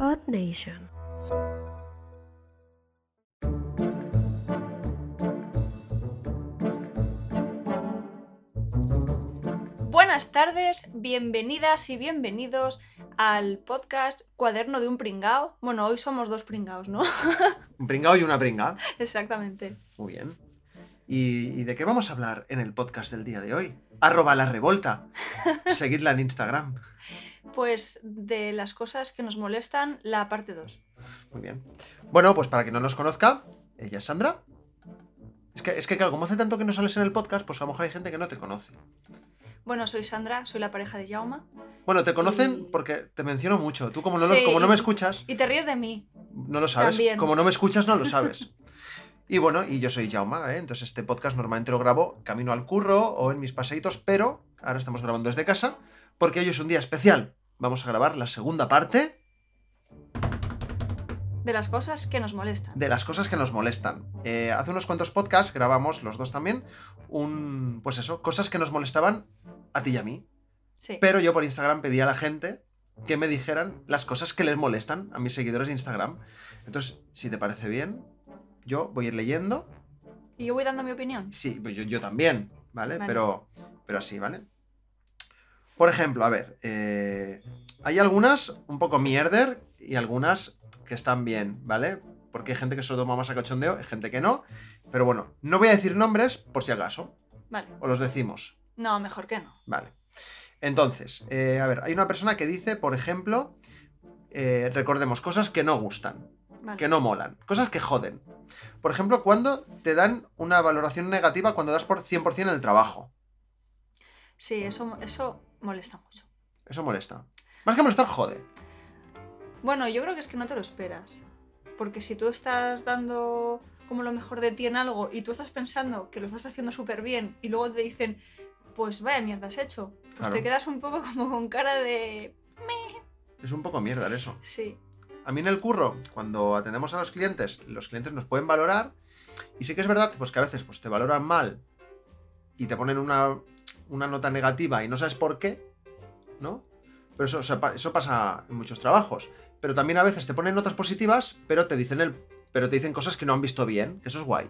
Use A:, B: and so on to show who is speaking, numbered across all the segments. A: Earth Nation.
B: Buenas tardes, bienvenidas y bienvenidos al podcast Cuaderno de un Pringao. Bueno, hoy somos dos pringaos, ¿no?
C: Un pringao y una pringa.
B: Exactamente.
C: Muy bien. ¿Y, y de qué vamos a hablar en el podcast del día de hoy? Arroba la revolta. Seguidla en Instagram.
B: Pues de las cosas que nos molestan, la parte 2.
C: Muy bien. Bueno, pues para quien no nos conozca, ella es Sandra. Es que, es que claro, como hace tanto que no sales en el podcast, pues a lo mejor hay gente que no te conoce.
B: Bueno, soy Sandra, soy la pareja de Jauma.
C: Bueno, te
B: Y-
C: conocen porque te menciono mucho. Tú como no, lo-
B: Sí.
C: como no me escuchas,
B: Y te ríes de mí.
C: no lo sabes.
B: También.
C: Como no me escuchas, no lo sabes. Y bueno, y yo soy Jauma, ¿eh? entonces este podcast normalmente lo grabo camino al curro o en mis paseitos, pero ahora estamos grabando desde casa porque hoy es un día especial. Vamos a grabar la segunda parte
B: De las cosas que nos molestan.
C: de las cosas que nos molestan. Eh, hace unos cuantos podcasts grabamos los dos también un, pues eso, cosas que nos molestaban a ti y a mí.
B: Sí.
C: Pero yo por Instagram pedí a la gente que me dijeran las cosas que les molestan a mis seguidores de Instagram. Entonces, si te parece bien, yo voy a ir leyendo.
B: Y yo voy dando mi opinión.
C: Sí, pues yo, yo también, ¿vale?
B: Vale.
C: Pero, pero así, ¿vale? Por ejemplo, a ver, eh, hay algunas un poco mierder y algunas que están bien, ¿vale? Porque hay gente que se lo toma más a cachondeo, hay gente que no. Pero bueno, no voy a decir nombres por si acaso,
B: Vale.
C: o los decimos,
B: No, mejor que no.
C: ¿vale? Entonces, eh, a ver, hay una persona que dice, por ejemplo, eh, recordemos cosas que no gustan
B: Vale.
C: que no molan, cosas que joden. Por ejemplo, cuando te dan una valoración negativa cuando das por 100% en el trabajo.
B: Sí, eso, eso molesta mucho.
C: Eso molesta. Más que molestar, jode.
B: Bueno, yo creo que es que no te lo esperas. Porque si tú estás dando como lo mejor de ti en algo y tú estás pensando que lo estás haciendo súper bien y luego te dicen, pues vaya mierda has hecho, pues
C: Claro.
B: te quedas un poco como con cara de...
C: Es un poco mierda eso.
B: Sí,
C: A mí en el curro, cuando atendemos a los clientes, los clientes nos pueden valorar. Y sí que es verdad pues, que a veces pues, te valoran mal y te ponen una, una nota negativa y no sabes por qué, ¿no? Pero eso, o sea, pa- eso pasa en muchos trabajos. Pero también a veces te ponen notas positivas, pero te dicen el, pero te dicen cosas que no han visto bien, que eso es guay.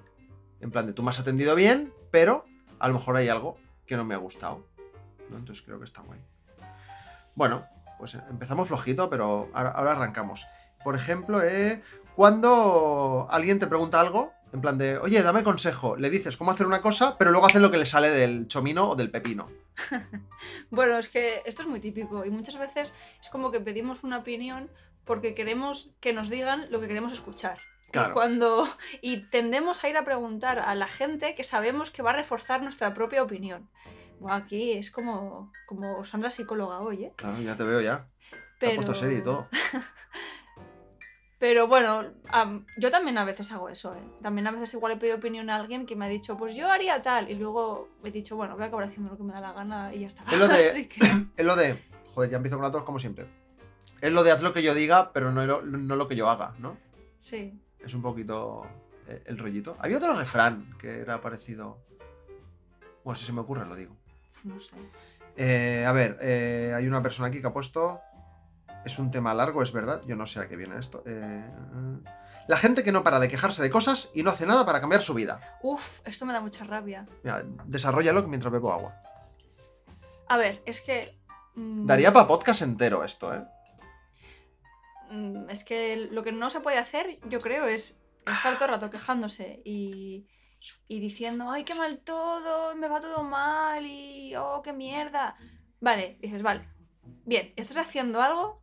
C: En plan de tú me has atendido bien, pero a lo mejor hay algo que no me ha gustado. ¿no? Entonces creo que está guay. Bueno, pues empezamos flojito, pero ahora- ahora arrancamos. Por ejemplo, eh, cuando alguien te pregunta algo, en plan de, oye, dame consejo, le dices cómo hacer una cosa, pero luego hacen lo que le sale del chomino o del pepino.
B: Bueno, es que esto es muy típico y muchas veces es como que pedimos una opinión porque queremos que nos digan lo que queremos escuchar. Y,
C: Claro.
B: cuando, y tendemos a ir a preguntar a la gente que sabemos que va a reforzar nuestra propia opinión. Buah, aquí es como, como Sandra psicóloga hoy, ¿eh?
C: Claro, ya te veo ya. Te ha
B: Pero,
C: puesto serie y todo.
B: pero bueno, am, yo también a veces hago eso, ¿eh? También a veces igual he pedido opinión a alguien que me ha dicho, pues yo haría tal, y luego he dicho, bueno, voy a acabar haciendo lo que me da la gana y ya está.
C: Es lo de-
B: Así que-
C: Es lo de, joder, ya empiezo con la tos como siempre. Es lo de haz lo que yo diga, pero no lo, no lo que yo haga, ¿no?
B: sí.
C: Es un poquito eh, el rollito. Había otro refrán que era parecido... Bueno, si se me ocurre, lo digo.
B: No sé.
C: Eh, a ver, eh, hay una persona aquí que ha puesto. Es un tema largo, es verdad. Yo no sé a qué viene esto. Eh, la gente que no para de quejarse de cosas y no hace nada para cambiar su vida.
B: Uf, esto me da mucha rabia.
C: Mira, desarrollalo mientras bebo agua.
B: A ver, es que. mm,
C: Daría para podcast entero esto, ¿eh?
B: mm, Es que lo que no se puede hacer, yo creo, es estar todo el rato quejándose y, y diciendo, ay, qué mal todo, me va todo mal y, oh, qué mierda. Vale, dices, vale, bien, ¿estás haciendo algo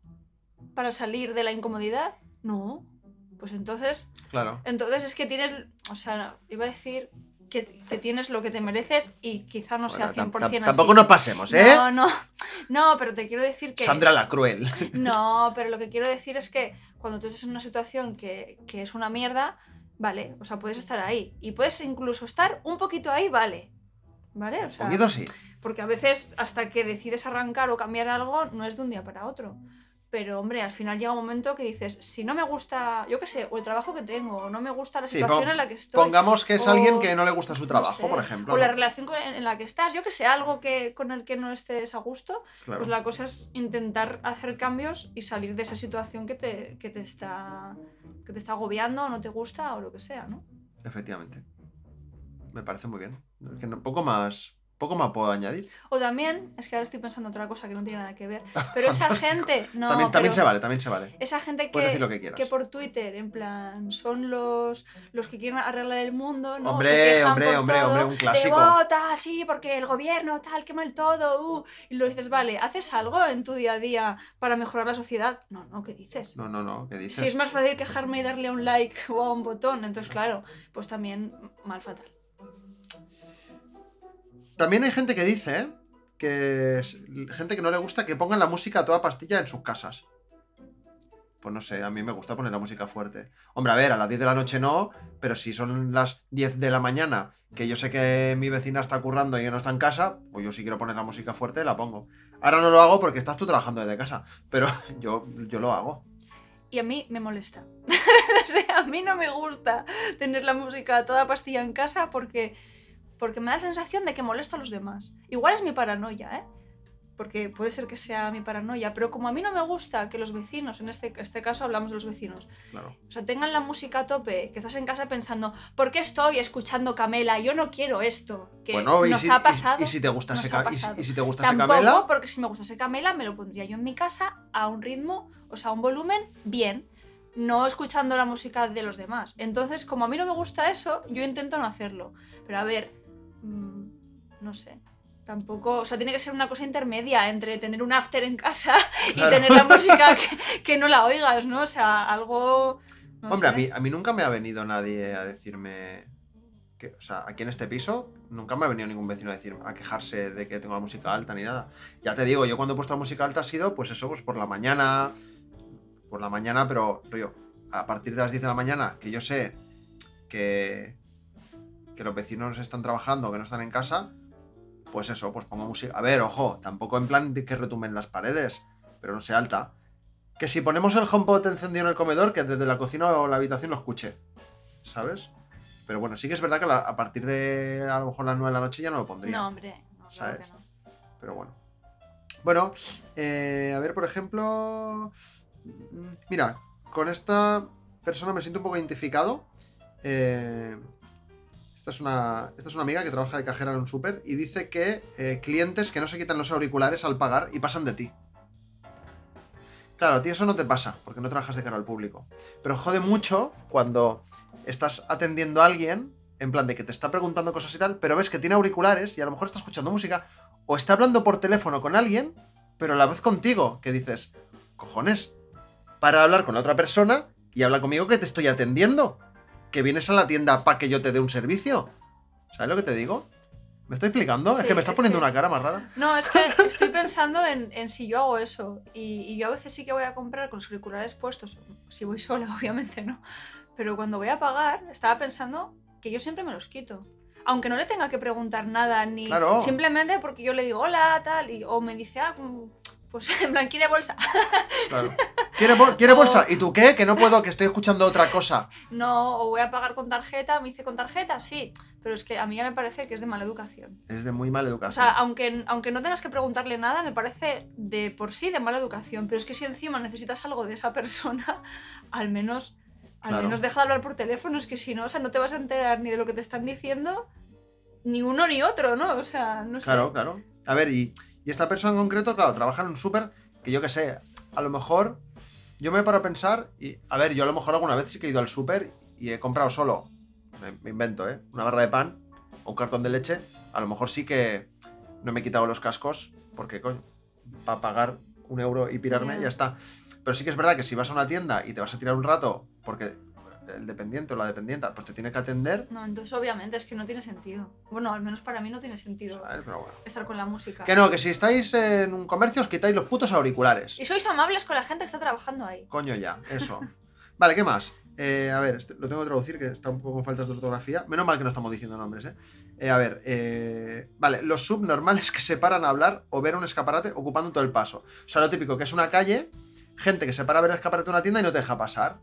B: para salir de la incomodidad? No. Pues entonces,
C: Claro.
B: entonces es que tienes, o sea, iba a decir que, que tienes lo que te mereces y quizá no sea
C: Bueno, tam-
B: 100%
C: tam-
B: así.
C: tampoco nos pasemos, ¿eh?
B: No, no, no, pero te quiero decir que...
C: Sandra la cruel.
B: No, pero lo que quiero decir es que cuando tú estás en una situación que, que es una mierda, vale, o sea, puedes estar ahí. Y puedes incluso estar un poquito ahí, vale. ¿Vale? O sea,
C: poquito sí.
B: porque a veces hasta que decides arrancar o cambiar algo no es de un día para otro. Pero hombre, al final llega un momento que dices, si no me gusta, yo qué sé, o el trabajo que tengo, o no me gusta la
C: Sí,
B: situación
C: pon-
B: en la que estoy.
C: Pongamos que es
B: o-
C: alguien que no le gusta su
B: no
C: trabajo,
B: sé,
C: por ejemplo.
B: O la
C: ¿no?
B: relación con- en la que estás, yo que sé, algo que, con el que no estés a gusto,
C: Claro.
B: pues la cosa es intentar hacer cambios y salir de esa situación que te, que te está que te está agobiando o no te gusta o lo que sea, ¿no?
C: Efectivamente. Me parece muy bien. Es que no- poco más. Poco más puedo añadir.
B: O también, es que ahora estoy pensando otra cosa que no tiene nada que ver, pero esa
C: Fantástico.
B: gente, no,
C: también también
B: pero
C: se vale, también se vale.
B: esa gente que,
C: Puedes decir lo que quieras.
B: que por Twitter, en plan, son los, los que quieren arreglar el mundo, ¿no?
C: Hombre,
B: Se quejan
C: hombre,
B: por
C: hombre,
B: todo,
C: hombre, un
B: de
C: clásico.
B: "Vota, sí, porque el gobierno, tal, qué mal todo, uh", Y lo dices, vale, ¿haces algo en tu día a día para mejorar la sociedad? No, no, ¿qué dices?
C: No, no, no. ¿Qué dices?
B: Si es más fácil quejarme y darle a un like o a un botón, entonces claro, pues también mal fatal.
C: También hay gente que dice ¿eh? que es- gente que no le gusta que pongan la música a toda pastilla en sus casas. Pues no sé, a mí me gusta poner la música fuerte. Hombre, a ver, a las 10 de la noche no, pero si son las 10 de la mañana, que yo sé que mi vecina está currando y que no está en casa, pues yo si quiero poner la música fuerte, la pongo. Ahora no lo hago porque estás tú trabajando desde casa, pero yo, yo lo hago.
B: Y a mí me molesta. o sea, a mí no me gusta tener la música a toda pastilla en casa porque, porque me da la sensación de que molesto a los demás. Igual es mi paranoia, ¿eh? Porque puede ser que sea mi paranoia, pero como a mí no me gusta que los vecinos, en este, este caso hablamos de los vecinos,
C: Claro.
B: o sea, tengan la música a tope, que estás en casa pensando, ¿por qué estoy escuchando Camela? Yo no quiero esto. Que
C: bueno, y
B: nos
C: si,
B: ha
C: y-
B: pasado.
C: y, si te gusta
B: nos
C: ese
B: ha
C: ca- y si-
B: pasado.
C: y si te gusta ese
B: Tampoco,
C: camela,
B: porque si me gustase Camela, me lo pondría yo en mi casa a un ritmo, o sea, a un volumen bien, no escuchando la música de los demás. Entonces, como a mí no me gusta eso, yo intento no hacerlo. Pero a ver, mm, no sé. Tampoco, o sea, tiene que ser una cosa intermedia entre tener un after en casa y
C: Claro.
B: tener la música que, que no la oigas, ¿no? O sea, algo. no
C: Hombre, a
B: sé.
C: mí, a mí nunca me ha venido nadie a decirme. Que, o sea, aquí en este piso nunca me ha venido ningún vecino a decir, a quejarse de que tengo la música alta ni nada. Ya te digo, yo cuando he puesto la música alta ha sido, pues eso, pues por la mañana. Por la mañana, pero rollo, a partir de las 10 de la mañana, que yo sé que, que los vecinos están trabajando, que no están en casa, pues eso, pues pongo música. A ver, ojo, tampoco en plan de que retumben las paredes, pero no sea alta. Que si ponemos el HomePod encendido en el comedor, que desde la cocina o la habitación lo escuche. ¿Sabes? Pero bueno, sí que es verdad que a la- a partir de a lo mejor las 9 de la noche ya no lo pondría.
B: No, hombre, no, claro que
C: ¿Sabes?
B: no.
C: Pero bueno. Bueno, eh, a ver, por ejemplo. mm, Mira, con esta persona me siento un poco identificado. Eh, esta, es una, esta es una amiga que trabaja de cajera en un súper y dice que eh, clientes que no se quitan los auriculares al pagar y pasan de ti. Claro, a ti eso no te pasa, porque no trabajas de cara al público. Pero jode mucho cuando estás atendiendo a alguien, en plan de que te está preguntando cosas y tal, pero ves que tiene auriculares y a lo mejor está escuchando música o está hablando por teléfono con alguien, pero a la vez contigo, que dices, cojones, para hablar con la otra persona y habla conmigo que te estoy atendiendo, que vienes a la tienda para que yo te dé un servicio. ¿Sabes lo que te digo? ¿Me estoy explicando? es
B: Sí,
C: que me está
B: es
C: poniendo
B: que-
C: una cara más rara.
B: No, es que estoy pensando en, en si yo hago eso. Y, y yo a veces sí que voy a comprar con los auriculares puestos. Si voy sola, obviamente no. Pero cuando voy a pagar, estaba pensando que yo siempre me los quito. Aunque no le tenga que preguntar nada, ni
C: Claro.
B: simplemente porque yo le digo hola, tal, y, o me dice, ah, mm, pues en plan, quiere bolsa.
C: Claro. ¿Quiere, bol- quiere
B: O-
C: bolsa? ¿Y tú qué? Que no puedo, que estoy escuchando otra cosa.
B: No, o voy a pagar con tarjeta, me dice con tarjeta, sí. Pero es que a mí ya me parece que es de mala educación.
C: Es de muy mala
B: O
C: educación.
B: sea, ah, aunque, aunque no tengas que preguntarle nada, me parece de por sí de mala educación. Pero es que si encima necesitas algo de esa persona, al menos, al
C: Claro.
B: menos deja de hablar por teléfono. Es que si no, o sea, no te vas a enterar ni de lo que te están diciendo, ni uno ni otro, ¿no? O sea, no sé.
C: Claro, claro. A ver, y, y esta persona en concreto, claro, trabaja en un súper que yo qué sé, a lo mejor yo me paro a pensar y, a ver, yo a lo mejor alguna vez sí que he ido al súper y he comprado solo, me, me invento, ¿eh? Una barra de pan o un cartón de leche, a lo mejor sí que no me he quitado los cascos porque, coño, para pagar un euro y pirarme,
B: Ya.
C: ya está. Pero sí que es verdad que si vas a una tienda y te vas a tirar un rato porque el dependiente o la dependienta pues te tiene que atender,
B: No, entonces obviamente es que no tiene sentido. Bueno, al menos para mí no tiene sentido
C: ¿sabes? Pero bueno.
B: estar con la música.
C: Que no, que si estáis en un comercio os quitáis los putos auriculares.
B: Y sois amables con la gente que está trabajando ahí.
C: Coño ya, eso. Vale, ¿qué más? Eh, a ver, este- lo tengo que traducir, que está un poco con faltas de ortografía. Menos mal que no estamos diciendo nombres, ¿eh? Eh, a ver, eh, vale, los subnormales que se paran a hablar o ver un escaparate ocupando todo el paso. O sea, lo típico, que es una calle gente que se para a ver escapar de una tienda y no te deja pasar.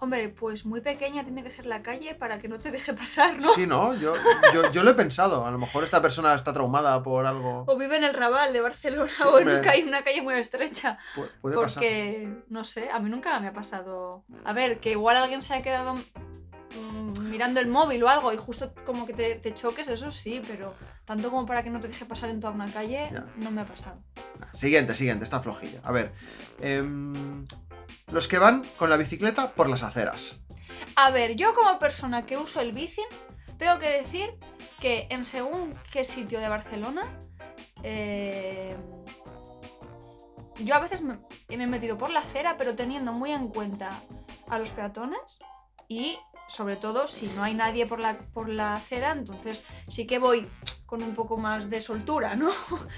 B: Hombre, pues muy pequeña tiene que ser la calle para que no te deje pasar, ¿no?
C: Sí, ¿no? Yo, yo, yo lo he pensado. A lo mejor esta persona está traumada por algo.
B: O vive en el Raval de Barcelona
C: Sí,
B: o en
C: hombre.
B: un ca- en una calle muy estrecha.
C: Pu- puede pasar.
B: Porque, no sé, a mí nunca me ha pasado. A ver, que igual alguien se ha quedado mm, mirando el móvil o algo y justo como que te, te choques, eso sí, pero tanto como para que no te deje pasar en toda una calle,
C: Ya.
B: no me ha pasado.
C: Siguiente, siguiente, está flojilla. A ver. em, los que van con la bicicleta por las aceras.
B: A ver, yo como persona que uso el bici, tengo que decir que en según qué sitio de Barcelona, eh, yo a veces me, me he metido por la acera, pero teniendo muy en cuenta a los peatones y sobre todo si no hay nadie por la, por la acera, entonces sí que voy con un poco más de soltura, ¿no?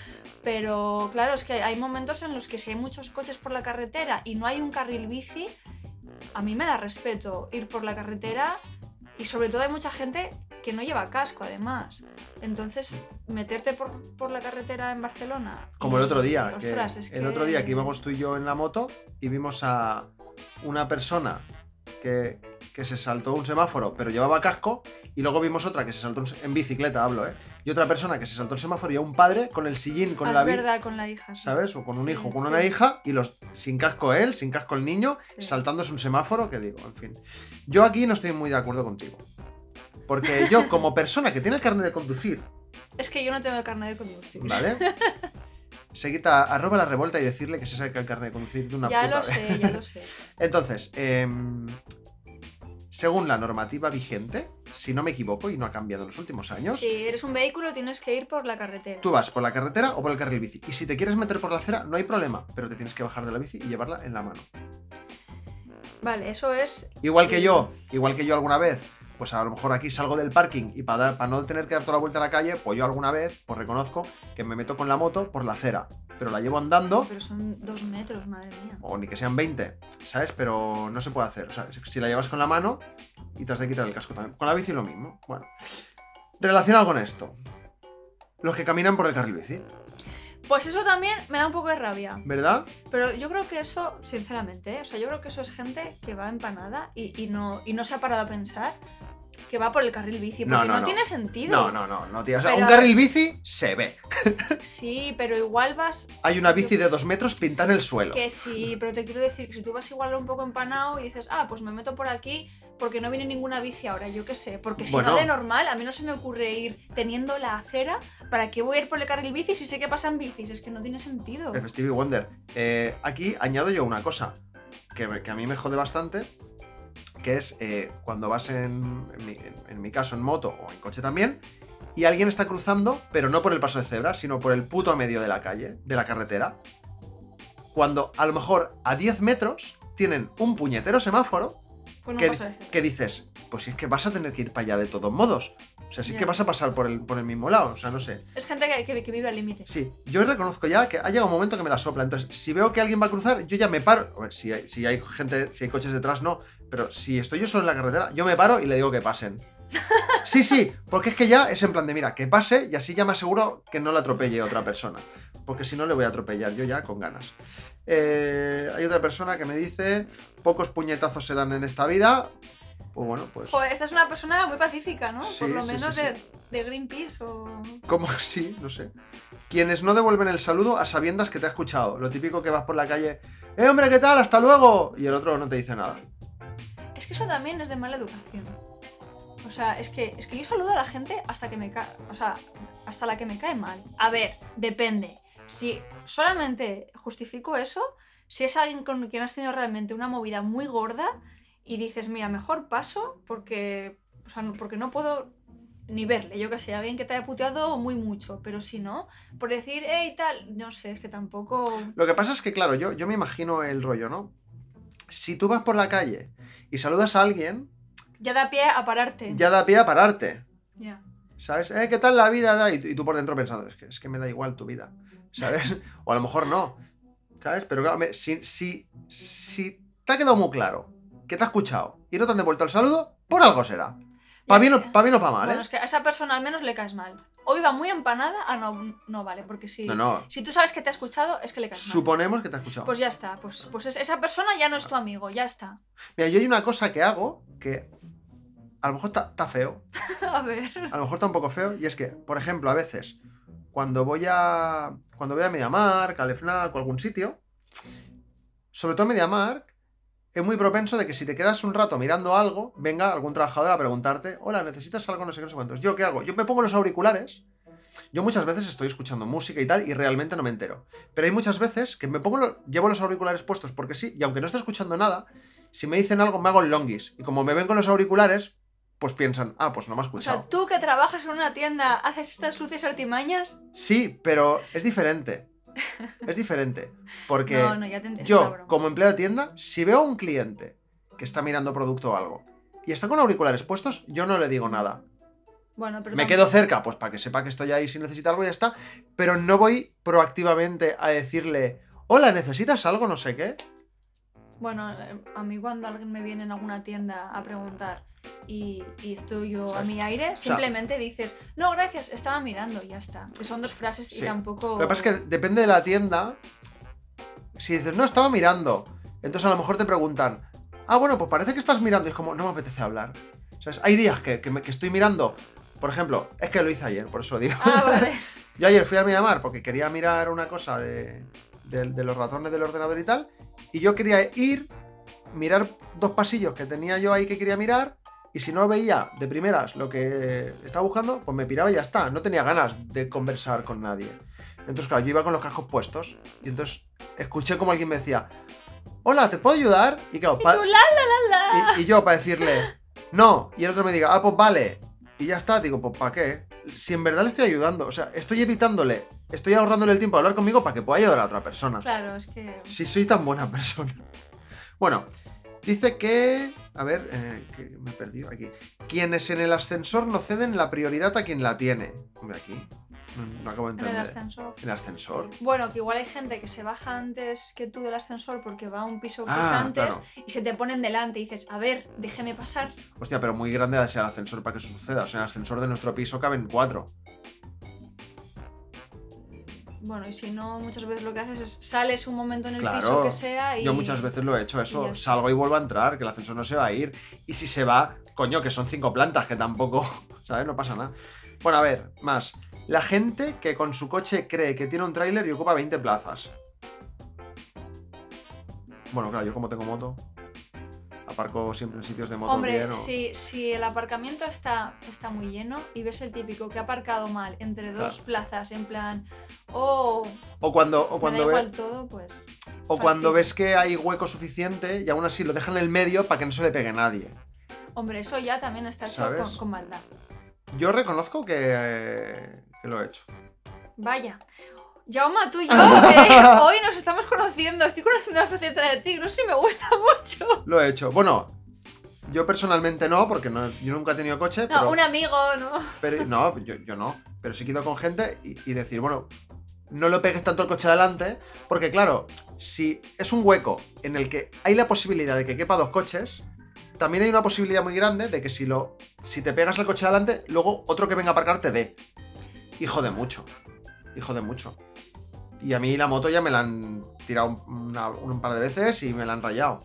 B: Pero claro, es que hay momentos en los que si hay muchos coches por la carretera y no hay un carril bici, a mí me da respeto ir por la carretera y sobre todo hay mucha gente que no lleva casco además. Entonces, meterte por, por la carretera en Barcelona.
C: Como el otro día. que-
B: Ostras, es
C: el otro día que íbamos tú y yo en la moto y vimos a una persona que, que se saltó un semáforo pero llevaba casco y luego vimos otra que se saltó un se- en bicicleta, hablo, ¿eh? Y otra persona que se saltó el semáforo y a un padre con el sillín, con
B: Ah,
C: la
B: es
C: bici.
B: verdad, con la hija. sí.
C: ¿sabes? O con un
B: Sí,
C: hijo, con
B: sí.
C: una hija, y los sin casco él, sin casco el niño,
B: Sí.
C: saltándose un semáforo, que digo, en fin. Yo aquí no estoy muy de acuerdo contigo. Porque yo, como persona que tiene el carnet de conducir,
B: Es que yo no tengo carnet de conducir.
C: ¿vale? Se quita arroba la revuelta y decirle que se saca el carnet de conducir de una
B: ya
C: puta
B: lo
C: vez.
B: sé, ya lo sé.
C: Entonces, em, según la normativa vigente, si no me equivoco y no ha cambiado en los últimos años,
B: Si eres un vehículo, tienes que ir por la carretera.
C: Tú vas por la carretera o por el carril bici. Y si te quieres meter por la acera, no hay problema, pero te tienes que bajar de la bici y llevarla en la mano.
B: Vale, eso es.
C: Igual que
B: Sí.
C: yo, igual que yo alguna vez, pues a lo mejor aquí salgo del parking y para, dar- para no tener que dar toda la vuelta a la calle, pues yo alguna vez, pues reconozco que me meto con la moto por la acera, pero la llevo andando,
B: oh, Pero son dos metros, madre mía.
C: o ni que sean 20, ¿sabes? Pero no se puede hacer. O sea, si la llevas con la mano y te has de quitar el casco también. Con la bici lo mismo. Bueno, relacionado con esto, los que caminan por el carril bici,
B: Pues eso también me da un poco de rabia.
C: ¿verdad?
B: Pero yo creo que eso, sinceramente, ¿eh? o sea, yo creo que eso es gente que va empanada y, y no, y no se ha parado a pensar que va por el carril bici.
C: No,
B: Porque no,
C: no, no.
B: tiene sentido.
C: No, no, no, no, tío. O sea,
B: Pero-
C: un carril bici se ve.
B: Sí, pero igual vas
C: Hay una bici de dos metros pintada en el suelo.
B: Que sí, pero te quiero decir que si tú vas igual un poco empanado y dices, ah, pues me meto por aquí porque no viene ninguna bici ahora, yo qué sé. Porque si
C: Bueno.
B: no de normal, a mí no se me ocurre ir teniendo la acera, ¿para qué voy a ir por el carril bici si sé que pasan bicis? Es que no tiene sentido.
C: F. Stevie Wonder. Eh, aquí añado yo una cosa que, me- que a mí me jode bastante, que es eh, cuando vas en, en mi, en- en mi caso en moto o en coche también, y alguien está cruzando, pero no por el paso de cebra, sino por el puto medio de la calle, de la carretera, cuando a lo mejor a 10 metros tienen un puñetero semáforo
B: Pues no
C: que,
B: pasa de cebra.
C: que dices, pues si es que vas a tener que ir para allá de todos modos. O sea, si es
B: Ya.
C: que vas a pasar por el, por el mismo lado, o sea, no sé.
B: Es gente que, que- que vive al límite.
C: Sí, yo reconozco ya que ha llegado un momento que me la sopla. Entonces, si veo que alguien va a cruzar, yo ya me paro. A ver, si hay, si hay gente, si hay coches detrás, no. Pero si estoy yo solo en la carretera, yo me paro y le digo que pasen. Sí, sí, porque es que ya es en plan de, mira, que pase y así ya me aseguro que no le atropelle a otra persona. Porque si no, le voy a atropellar yo ya con ganas. Eh, hay otra persona que me dice, pocos puñetazos se dan en esta vida. Pues bueno, pues...
B: Joder, esta es una persona muy pacífica, ¿no?
C: Sí,
B: Por lo
C: sí,
B: menos
C: sí,
B: de, de Greenpeace o...
C: ¿Cómo sí? No sé. Quienes no devuelven el saludo a sabiendas que te ha escuchado. Lo típico que vas por la calle, ¡eh, hombre, qué tal! ¡Hasta luego! Y el otro no te dice nada.
B: Es que eso también es de mala educación. O sea, es que, es que yo saludo a la gente hasta que me cae. O sea, hasta la que me cae mal. A ver, depende. Si solamente justifico eso, si es alguien con quien has tenido realmente una movida muy gorda y dices, mira, mejor paso porque. O sea, no- porque no puedo ni verle. Yo qué sé, alguien que te haya puteado muy mucho. Pero si no, por decir, hey, tal. No sé, es que tampoco.
C: Lo que pasa es que, claro, yo, yo me imagino el rollo, ¿no? Si tú vas por la calle y saludas a alguien,
B: Ya da pie a pararte.
C: ya da pie a pararte.
B: Ya.
C: ¿Sabes? ¿Eh, qué tal la vida? Y, tú- y tú por dentro pensando, es que, es que me da igual tu vida. ¿Sabes? O a lo mejor no. ¿Sabes? Pero claro, me- si, si, si te ha quedado muy claro que te ha escuchado y no te han devuelto el saludo, por algo será. Para bien, o- pa bien o para mal, ¿eh?
B: Bueno, es que a esa persona al menos le caes mal. o iba muy empanada, ah, no, no vale, porque si,
C: No, no.
B: si tú sabes que te ha escuchado, es que le caes mal.
C: Suponemos que te ha escuchado.
B: Pues ya está, pues, pues es- esa persona ya no es tu amigo, ya está.
C: Mira, yo hay una cosa que hago que a lo mejor está está feo,
B: A ver.
C: a lo mejor está un poco feo, y es que, por ejemplo, a veces, cuando voy a. Cuando voy a MediaMark, al FNAC o algún sitio, sobre todo MediaMark, es muy propenso de que si te quedas un rato mirando algo, venga algún trabajador a preguntarte, hola, ¿necesitas algo? No sé qué, no sé cuántos. ¿Yo qué hago? Yo me pongo los auriculares. Yo muchas veces estoy escuchando música y tal y realmente no me entero. Pero hay muchas veces que me pongo lo- llevo los auriculares puestos porque sí, y aunque no esté escuchando nada, si me dicen algo me hago el longis. Y como me ven con los auriculares, pues piensan, ah, pues no me ha
B: O
C: escuchado.
B: sea, tú que trabajas en una tienda, haces estas sucias artimañas.
C: Sí, pero es diferente. Es diferente. Porque
B: No, no, ya te entiendo. la
C: yo,
B: broma.
C: como empleado de tienda, si veo a un cliente que está mirando producto o algo y está con auriculares puestos, yo no le digo nada.
B: Bueno, pero
C: Me
B: tam-
C: quedo cerca, pues para que sepa que estoy ahí si necesita algo y ya está. Pero no voy proactivamente a decirle, hola, ¿necesitas algo? No sé qué.
B: Bueno, eh, a mí cuando alguien me viene en alguna tienda a preguntar y, y estoy yo a
C: ¿Sabes?
B: mi aire,
C: sea-
B: simplemente dices, no, gracias, estaba mirando y ya está. Que son dos frases
C: Sí.
B: y tampoco...
C: Lo que pasa es que depende de la tienda. Si dices, no, estaba mirando, entonces a lo mejor te preguntan, ah, bueno, pues parece que estás mirando. Y es como, no me apetece hablar. ¿Sabes? Hay días que, que me- que estoy mirando. Por ejemplo, es que lo hice ayer, por eso lo digo.
B: Ah, vale.
C: Yo ayer fui a Miramar porque quería mirar una cosa de, de- de los ratones del ordenador y tal. Y yo quería ir, mirar dos pasillos que tenía yo ahí que quería mirar. Y si no veía de primeras lo que estaba buscando, pues me piraba y ya está. No tenía ganas de conversar con nadie. Entonces, claro, yo iba con los cascos puestos. Y entonces escuché como alguien me decía, hola, ¿te puedo ayudar? Y claro,
B: Y
C: pa-
B: tú, la, la, la, la.
C: y, y yo para decirle, no, y el otro me diga, ah, pues vale, y ya está, digo, pues ¿para qué? Si en verdad le estoy ayudando, o sea, estoy evitándole, estoy ahorrándole el tiempo de hablar conmigo para que pueda ayudar a otra persona.
B: Claro, es que...
C: Si soy tan buena persona. Bueno, dice que, a ver, eh, que me he perdido aquí. Quienes en el ascensor no ceden la prioridad a quien la tiene. Hombre, aquí, no, no acabo de
B: En el
C: entender.
B: ascensor.
C: En el ascensor.
B: Bueno, que igual hay gente que se baja antes que tú del ascensor porque va a un piso pues,
C: Ah,
B: antes
C: claro.
B: y se te ponen delante y dices, a ver, déjeme pasar.
C: Hostia, pero muy grande ha de ser el ascensor para que eso suceda. O sea, en el ascensor de nuestro piso caben cuatro.
B: Bueno, y si no, muchas veces lo que haces es sales un momento en el
C: Claro.
B: piso que sea y...
C: Yo muchas veces lo he
B: y
C: hecho
B: ya
C: eso,
B: está.
C: salgo y vuelvo a entrar, que el ascensor no se va a ir. Y si se va, coño, que son cinco plantas, que tampoco, ¿sabes? No pasa nada. Bueno, a ver, más. La gente que con su coche cree que tiene un tráiler y ocupa 20 plazas. Bueno, claro, yo como tengo moto, aparco siempre en sitios de moto
B: Hombre,
C: bien o-
B: si, si el aparcamiento está, está muy lleno y ves el típico que ha aparcado mal entre dos
C: Claro.
B: plazas, en plan, oh,
C: O cuando, o
B: me da
C: cuando, ve-
B: igual todo, pues
C: o cuando
B: fastidio.
C: ves que hay hueco suficiente y aún así lo dejan en el medio para que no se le pegue nadie.
B: hombre, eso ya también está hecho
C: ¿Sabes?
B: con, con maldad.
C: Yo reconozco que, eh, que lo he hecho.
B: Vaya. Jauma, tú y yo, eh, hoy nos estamos conociendo, estoy conociendo una faceta de ti, no sé si me gusta mucho.
C: Lo he hecho. Bueno, yo personalmente no, porque no, yo nunca he tenido
B: No,
C: coche, pero,
B: un amigo, ¿no?
C: pero- no yo, yo no. Pero sí que he ido con gente y, y decir, bueno, no lo pegues tanto el coche adelante, porque claro, si es un hueco en el que hay la posibilidad de que quepa dos coches, también hay una posibilidad muy grande de que si, lo, si te pegas el coche adelante, luego otro que venga a aparcar te dé. Hijo de mucho. Hijo de mucho. Y a mí la moto ya me la han tirado un- una- un par de veces y me la han rayado.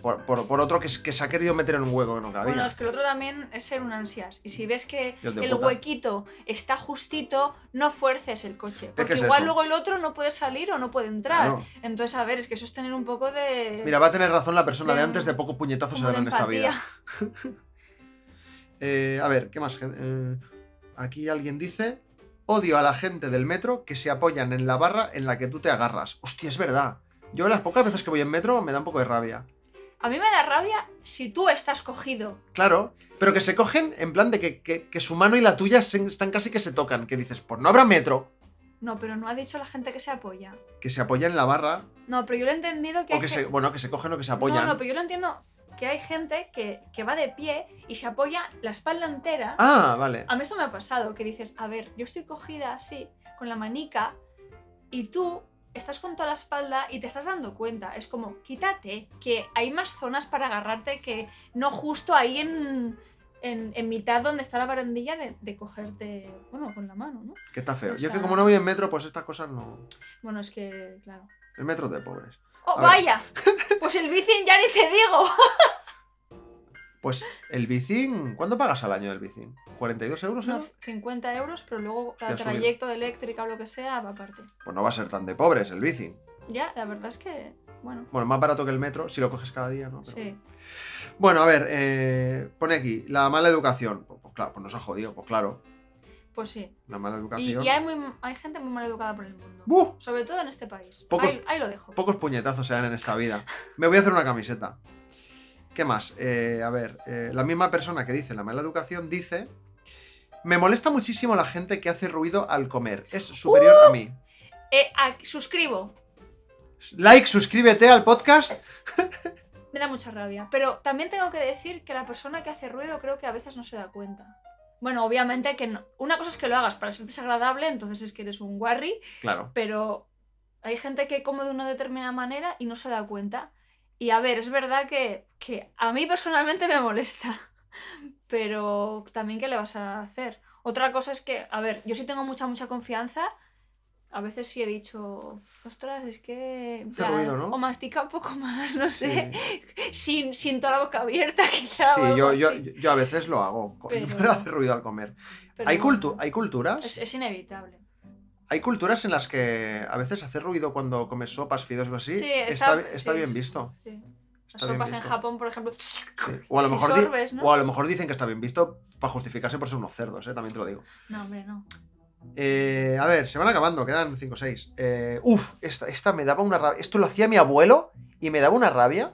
C: Por, por- por otro que, se- que se ha querido meter en un hueco que no cabía.
B: Bueno, es que el otro también es ser un ansias. Y si ves que
C: Dios Mm. de
B: el
C: puta.
B: huequito está justito, no fuerces el coche. Porque
C: es
B: igual
C: eso.
B: luego el otro no puede salir o no puede entrar.
C: Claro.
B: Entonces, a ver, es que eso es tener un poco de.
C: Mira, va a tener razón la persona de,
B: de-
C: antes de pocos puñetazos se
B: como de
C: darán en esta vida.
B: empatía.
C: Eh, a ver, ¿qué más? gen- eh, aquí alguien dice: Odio a la gente del metro que se apoyan en la barra en la que tú te agarras. Hostia, es verdad. Yo las pocas veces que voy en metro me da un poco de rabia.
B: A mí me da rabia si tú estás cogido.
C: Claro, pero que se cogen en plan de que, que- que su mano y la tuya se- están casi que se tocan. Que dices, pues no habrá metro
B: No, pero no ha dicho la gente que se apoya.
C: que se apoya en la barra.
B: No, pero yo lo he entendido que.
C: O
B: hay
C: que
B: gen-
C: se, bueno, que se cogen o que se apoyan.
B: No, no, pero yo lo entiendo que hay gente que, que va de pie y se apoya la espalda entera.
C: Ah, vale.
B: A mí esto me ha pasado, que dices, a ver, yo estoy cogida así, con la manica, y tú estás con toda la espalda y te estás dando cuenta. Es como, quítate, que hay más zonas para agarrarte que no justo ahí en, en, en mitad donde está la barandilla de, de cogerte, bueno, con la mano, ¿no?
C: Que está feo.
B: O
C: Yo es que
B: sea-
C: como no voy en metro, pues estas cosas no.
B: Bueno, es que, claro.
C: El metro es de pobres.
B: ¡Oh,
C: A ver.
B: vaya! Pues el bici ya ni te digo.
C: Pues el bicín. ¿Cuánto pagas al año del bicín? ¿42 euros?
B: No,
C: eran?
B: 50 euros, pero luego cada
C: Hostia, ha subido.
B: trayecto de eléctrica o lo que sea va aparte.
C: Pues no va a ser tan de pobres el bicín.
B: Ya, la verdad es que, bueno,
C: Bueno, más barato que el metro, si lo coges cada día, ¿no? Pero
B: sí.
C: Bueno, a ver, eh, pone aquí, la mala educación. Pues, pues claro, pues nos ha jodido, pues claro,
B: Pues sí.
C: la mala
B: Y,
C: educación.
B: y hay, muy, hay gente muy mal educada por el mundo.
C: ¡Buh!
B: Sobre todo en este país.
C: Poco-
B: Ahí, ahí lo dejo.
C: Pocos puñetazos se dan en esta vida. Me voy a hacer una camiseta. ¿Qué más? Eh, a ver, eh, la misma persona que dice la mala educación dice... Me molesta muchísimo la gente que hace ruido al comer. Es superior a mí.
B: Eh, a- suscribo.
C: Like, suscríbete al podcast.
B: Me da mucha rabia. Pero también tengo que decir que la persona que hace ruido creo que a veces no se da cuenta. Bueno, obviamente que no. Una cosa es que lo hagas para ser desagradable, entonces es que eres un guarri,
C: Claro.
B: pero hay gente que come de una determinada manera y no se da cuenta. Y a ver, es verdad que, que a mí personalmente me molesta, pero también qué le vas a hacer. Otra cosa es que, a ver, yo sí tengo mucha, mucha confianza. A veces sí he dicho, ostras, es que... en
C: Hace ruido, ¿no?
B: O mastica un poco más, no
C: Sí,
B: sé. Sin, sin toda la boca abierta, quizá.
C: Sí,
B: o algo
C: yo, yo,
B: así.
C: yo a veces lo hago. co-
B: Pero-
C: Pero hace ruido al comer.
B: Pero
C: Hay,
B: bueno,
C: cultu- hay culturas.
B: Es, es inevitable.
C: Hay culturas en las que a veces hacer ruido cuando comes sopas, fideos o así
B: Sí,
C: está,
B: está-
C: bi- está
B: sí.
C: bien visto.
B: Sí. Las
C: Está bien
B: sopas en
C: visto.
B: Japón, por ejemplo...
C: Sí. O, a lo
B: Si
C: mejor di-
B: sorbes, ¿no?
C: o a lo mejor dicen que está bien visto para justificarse por ser unos cerdos, ¿eh? también te lo digo.
B: No, hombre, no.
C: Eh, a ver, se van acabando, quedan 5 o 6. uf, esta, esta me daba una rabia. Esto lo hacía mi abuelo y me daba una rabia.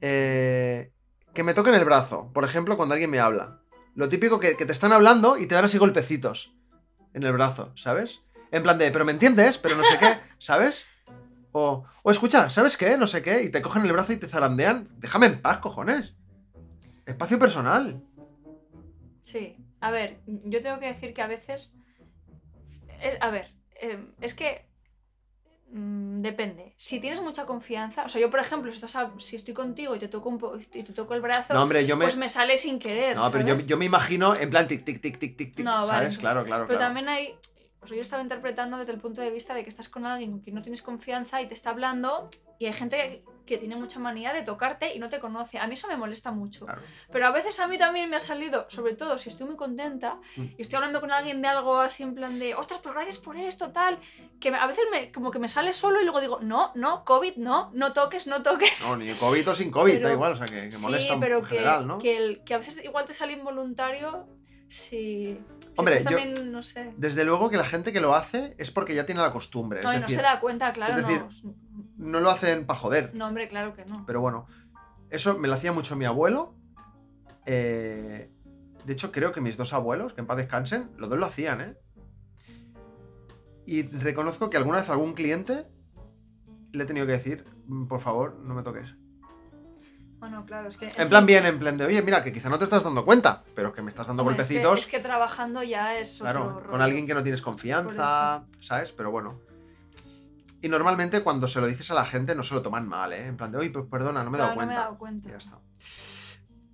C: Eh, que me toquen el brazo, por ejemplo, cuando alguien me habla. Lo típico que, que te están hablando y te dan así golpecitos en el brazo, ¿sabes? En plan de, pero me entiendes, pero no sé qué, ¿sabes? O, o escucha, ¿sabes qué? No sé qué, y te cogen el brazo y te zarandean. Déjame en paz, cojones. Espacio personal.
B: Sí, a ver, yo tengo que decir que a veces. es- a ver, eh, es que. mm, depende. Si tienes mucha confianza. O sea, yo, por ejemplo, si, estás a- si estoy contigo y te toco, un po- y te toco el brazo,
C: No, hombre, yo me.
B: pues me sale sin querer.
C: No, pero yo,
B: ¿sabes?
C: yo me imagino en plan tic, tic, tic, tic, tic, tic.
B: No, vale,
C: ¿Sabes?
B: entonces-
C: Claro, claro,
B: Pero
C: claro.
B: también hay. O sea, yo estaba interpretando desde el punto de vista de que estás con alguien con quien no tienes confianza y te está hablando, y hay gente que, que tiene mucha manía de tocarte y no te conoce. A mí eso me molesta mucho.
C: Claro.
B: Pero a veces a mí también me ha salido, sobre todo si estoy muy contenta
C: Mm.
B: y estoy hablando con alguien de algo así en plan de, ostras, pues gracias por esto, tal, que a veces me, como que me sale solo y luego digo, no, no, COVID, no, no toques, no toques.
C: No, ni COVID o sin COVID,
B: Pero-
C: da igual, o sea, que, que molesta
B: sí, pero
C: en
B: que,
C: general, ¿no?
B: que, el- que a veces igual te sale involuntario si... si
C: Hombre,
B: estás
C: yo-
B: también, no sé.
C: Desde luego que la gente que lo hace es porque ya tiene la costumbre.
B: No, y
C: es
B: no
C: decir,
B: se da cuenta, claro,
C: es decir-
B: no.
C: no lo hacen para joder.
B: No, hombre, claro que no.
C: Pero bueno, eso me lo hacía mucho mi abuelo. Eh, de hecho, creo que mis dos abuelos, que en paz descansen, los dos lo hacían, ¿eh? Y reconozco que alguna vez a algún cliente le he tenido que decir, "Mm, por favor, no me toques.
B: Bueno, claro, es que...
C: En plan bien, en plan de, oye, mira, que quizá no te estás dando cuenta, pero es que me estás dando
B: hombre, es que-
C: golpecitos,
B: Es que, trabajando ya es otro
C: claro, con
B: rollo.
C: alguien que no tienes confianza, ¿sabes? Pero bueno. Y normalmente cuando se lo dices a la gente no se lo toman mal, ¿eh? En plan de, oye, pues perdona, no me he dado
B: Claro, no me he
C: cuenta.
B: dado cuenta.
C: Ya está.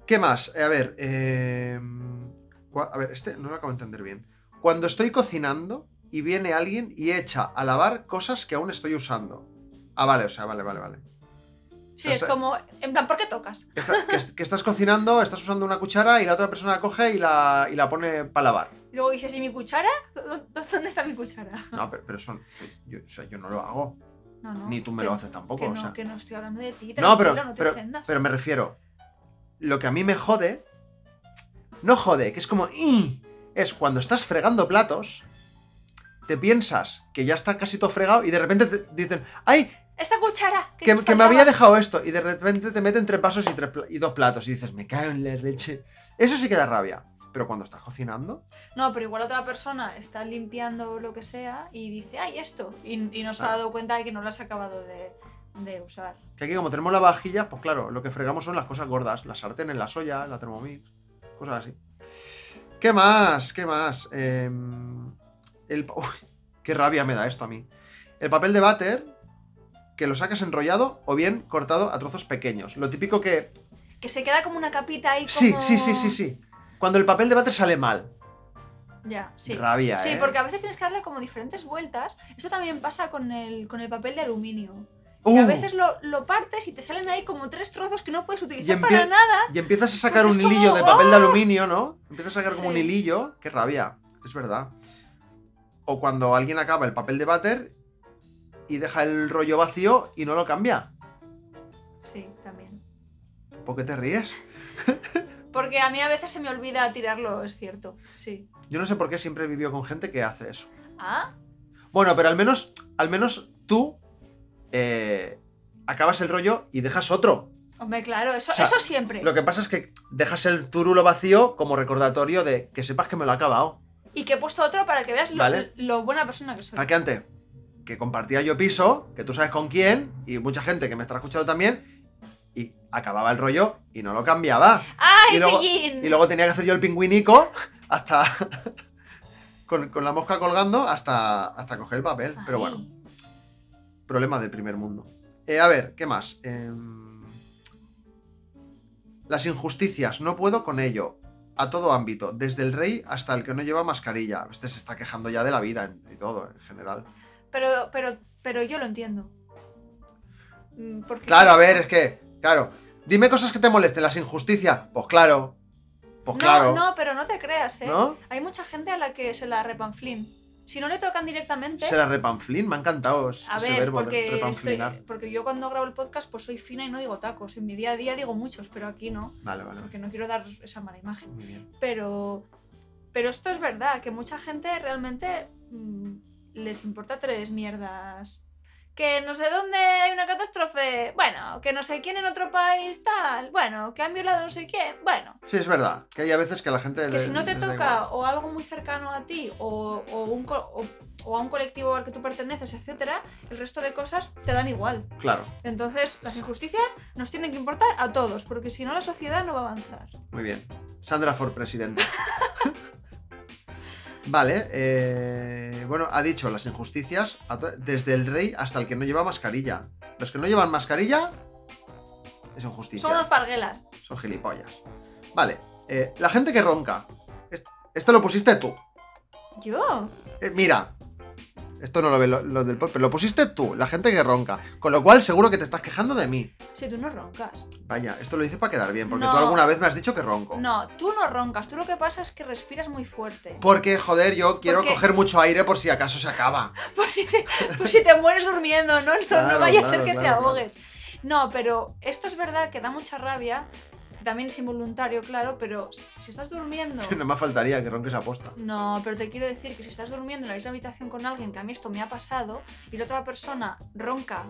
C: ¿Qué más? Eh, A ver, eh, cua- a ver, este no lo acabo de entender bien. Cuando estoy cocinando y viene alguien y echa a lavar cosas que aún estoy usando. Ah, vale, o sea, vale, vale, vale.
B: Sí,
C: Pero
B: es
C: está-
B: como, en plan, ¿por qué tocas?
C: Esta- que, est- que estás cocinando, estás usando una cuchara y la otra persona la coge y la, y la pone para lavar.
B: Luego dices, ¿y mi cuchara? ¿Dó- dó- ¿Dónde está mi cuchara?
C: No, pero, pero eso, soy- yo, o sea, yo no lo hago.
B: No, no.
C: Ni tú me
B: que-
C: lo haces tampoco.
B: Que
C: o
B: no,
C: sea.
B: que no estoy hablando de ti.
C: No, pero,
B: tranquilo, no te
C: pero,
B: ofendas.
C: pero me refiero. Lo que a mí me jode. No jode, que es como. "Ih", Es cuando estás fregando platos. Te piensas que ya está casi todo fregado y de repente te dicen. ¡Ay!
B: Esta cuchara.
C: Que,
B: te
C: que me había
B: faltaba".
C: dejado esto. Y de repente te meten tres vasos y, tres pla- y dos platos. Y dices, me cago en la leche. Eso sí que da rabia. Pero cuando estás cocinando.
B: No, pero igual otra persona está limpiando lo que sea y dice, ¡ay, esto! Y, y no se ha
C: Claro.
B: dado cuenta de que no lo has acabado de, de usar.
C: Que aquí, como tenemos la vajilla, pues claro, lo que fregamos son las cosas gordas. La sartén en la soya, la Thermomix, cosas así. ¿Qué más? ¿Qué más? Eh, el... pa- Uy, qué rabia me da esto a mí. El papel de váter, que lo sacas enrollado o bien cortado a trozos pequeños. Lo típico que
B: Que se queda como una capita ahí como...
C: Sí, sí, sí, sí, sí. Cuando el papel de váter sale mal.
B: Ya, sí.
C: Rabia,
B: Sí,
C: ¿eh?
B: porque a veces tienes que darle como diferentes vueltas. Esto también pasa con el, con el papel de aluminio.
C: ¡Uh!
B: Que a veces lo, lo partes y te salen ahí como tres trozos que no puedes utilizar
C: empie-
B: para nada.
C: Y empiezas a sacar
B: Porque
C: un
B: es como, ¡Oh!
C: hilillo de papel de aluminio, ¿no? Empiezas a sacar como un
B: Sí.
C: hilillo. Qué rabia. Es verdad. O cuando alguien acaba el papel de váter y deja el rollo vacío y no lo cambia.
B: Sí, también.
C: ¿Por qué te ríes?
B: Porque a mí a veces se me olvida tirarlo, es cierto. Sí.
C: Yo no sé por qué siempre he vivido con gente que hace eso.
B: Ah,
C: Bueno, pero al menos, al menos tú eh, acabas el rollo y dejas otro.
B: hombre, claro, eso,
C: O sea,
B: eso siempre.
C: Lo que pasa es que dejas el turulo vacío como recordatorio de que sepas que me lo he acabado.
B: Y que he puesto otro para que veas lo,
C: Vale.
B: lo buena persona que soy.
C: Tal que antes, que compartía yo piso, que tú sabes con quién, y mucha gente que me está escuchando también, y acababa el rollo y no lo cambiaba.
B: ¡Ay,
C: Y luego-
B: pillín!
C: Y luego tenía que hacer yo el pingüinico hasta. con, con la mosca colgando hasta, hasta coger el papel. Pero
B: Ay.
C: bueno, problema del primer mundo. Eh, a ver, ¿qué más? Em, Las injusticias, no puedo con ello. A todo ámbito, desde el rey hasta el que no lleva mascarilla. Este se está quejando ya de la vida en- y todo, en general.
B: Pero, pero, pero yo lo entiendo. Mm, Porque
C: Claro, a ver, es que, claro. Dime cosas que te molesten, las injusticias. Pues claro. Pues claro.
B: No, no, pero no te creas, ¿eh?
C: ¿No?
B: Hay mucha gente a la que se la repanflin. Si no le tocan directamente.
C: Se la repanflin, me ha encantado es-
B: A
C: ese
B: ver,
C: verbo,
B: porque, estoy,
C: repanflinar.
B: porque yo cuando grabo el podcast pues soy fina y no digo tacos. En mi día a día digo muchos, pero aquí no,
C: Vale, vale.
B: porque no quiero dar esa mala imagen.
C: Muy bien.
B: Pero, pero esto es verdad, que mucha gente realmente mm, les importa tres mierdas. Que no sé dónde hay una catástrofe, bueno, que no sé quién en otro país tal, bueno, que han violado no sé quién, bueno.
C: Sí, es verdad. Que hay a veces que a la gente.
B: Que
C: le-
B: si no te
C: les da igual.
B: toca o algo muy cercano a ti o, o un co- o- o a un colectivo al que tú perteneces, etcétera, el resto de cosas te dan igual.
C: Claro,
B: Entonces, las injusticias nos tienen que importar a todos, porque si no la sociedad no va a avanzar.
C: muy bien. Sandra for presidente. vale. eh, Bueno, ha dicho las injusticias a to- desde el rey hasta el que no lleva mascarilla. Los que no llevan mascarilla. Es injusticia.
B: Son los parguelas.
C: Son gilipollas. Vale, eh, la gente que ronca. Est- Esto lo pusiste tú.
B: Yo,
C: Eh, mira, esto no lo ven lo- los del pop, pero lo pusiste tú, la gente que ronca. Con lo cual, seguro que te estás quejando de mí.
B: si tú no roncas.
C: Vaya, esto lo dices para quedar bien, porque
B: No.
C: tú alguna vez me has dicho que ronco.
B: No, tú no roncas, tú lo que pasa es que respiras muy fuerte.
C: Porque, joder, yo quiero
B: Porque-
C: coger mucho aire por si acaso se acaba.
B: Por si te, por si te mueres durmiendo, ¿no? No, no
C: Claro,
B: vaya a ser
C: claro,
B: que te
C: claro,
B: ahogues. No, pero esto es verdad que da mucha rabia. También es involuntario, claro, pero si estás durmiendo.
C: No me faltaría que ronques a posta.
B: No, pero te quiero decir que si estás durmiendo en la misma habitación con alguien, que a mí esto me ha pasado, y la otra persona ronca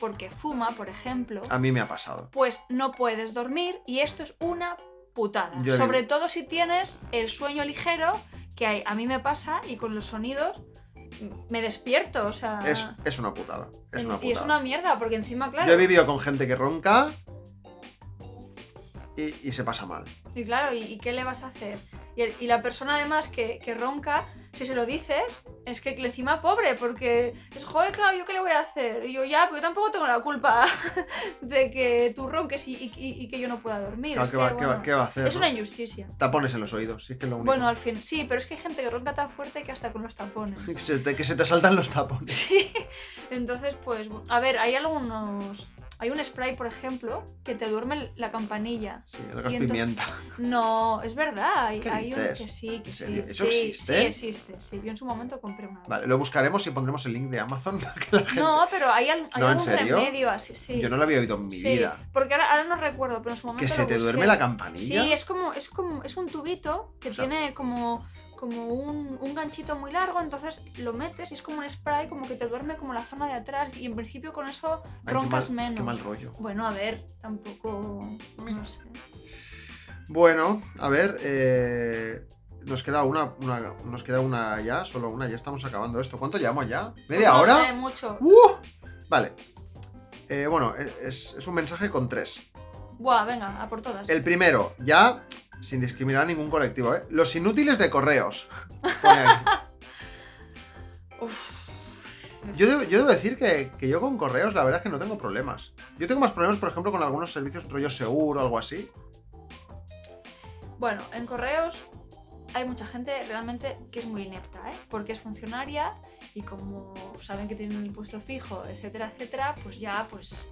B: porque fuma, por ejemplo,
C: A mí me ha pasado.
B: pues no puedes dormir y esto es una putada.
C: Yo he
B: Sobre
C: vivido-
B: todo si tienes el sueño ligero, que hay- a mí me pasa y con los sonidos mm, me despierto, o sea...
C: Es, es una putada.
B: Ah.
C: Es
B: en-
C: una
B: y es
C: putada.
B: una mierda, porque encima, claro,
C: Yo he vivido con gente que ronca y- y se pasa mal.
B: y claro, ¿y, y qué le vas a hacer? Y, el- y la persona además que, que ronca, si se lo dices, es que encima pobre, porque es, joder, claro, ¿yo qué le voy a hacer? Y yo ya, pero yo tampoco tengo la culpa de que tú ronques y, y- y- y que yo no pueda dormir.
C: Claro,
B: es
C: ¿qué,
B: que,
C: va, qué va-
B: bueno,
C: qué va a hacer?
B: es una
C: no?
B: injusticia.
C: Tapones en los oídos, si es que es lo único.
B: Bueno, al fin, sí, pero es que hay gente que ronca tan fuerte que hasta con los tapones.
C: que, se te, que se te saltan los tapones.
B: Sí. Entonces, pues, a ver, hay algunos... Hay un spray, por ejemplo, que te duerme la campanilla.
C: Sí, lo que es
B: Y entonces-
C: pimienta.
B: No, sí, verdad, hay,
C: ¿Qué
B: hay un
C: dices?
B: que sí, que
C: ¿En
B: sí.
C: serio? ¿Eso
B: sí,
C: existe?
B: Sí, existe, sí. Yo en su momento compré una.
C: Vale, lo buscaremos y pondremos el link de Amazon para que la gente.
B: No, pero hay, al- hay
C: No, ¿en
B: algún
C: serio?
B: remedio así, sí.
C: Yo no lo había oído en mi
B: Sí,
C: vida.
B: Porque ahora, ahora no recuerdo, pero en su momento.
C: Que se
B: lo
C: te
B: busqué.
C: duerme la campanilla.
B: Sí, es como, es como, es un tubito que
C: O sea-
B: tiene como, como un, un ganchito muy largo, entonces lo metes y es como un spray, como que te duerme como la zona de atrás y en principio con eso
C: Ay, qué
B: roncas
C: mal-
B: menos.
C: Qué mal rollo.
B: Bueno, a ver, tampoco, no sé.
C: Bueno, a ver, eh, nos queda una, una- nos queda una ya, solo una, ya estamos acabando esto. ¿Cuánto llevamos ya? ¿Media
B: No
C: hora?
B: sé mucho.
C: ¡Uh! Vale. Eh, bueno, es- es un mensaje con tres.
B: Buah, venga, a por todas.
C: El primero, ya sin discriminar a ningún colectivo, ¿eh? Los inútiles de correos. Pone aquí.
B: Uf,
C: Yo debo, yo debo decir que, que yo con correos la verdad es que no tengo problemas. Yo tengo más problemas, por ejemplo, con algunos servicios rollo seguro o algo así.
B: Bueno, en correos hay mucha gente realmente que es muy inepta, ¿eh? Porque es funcionaria y como saben que tienen un puesto fijo, etcétera, etcétera, pues ya, pues,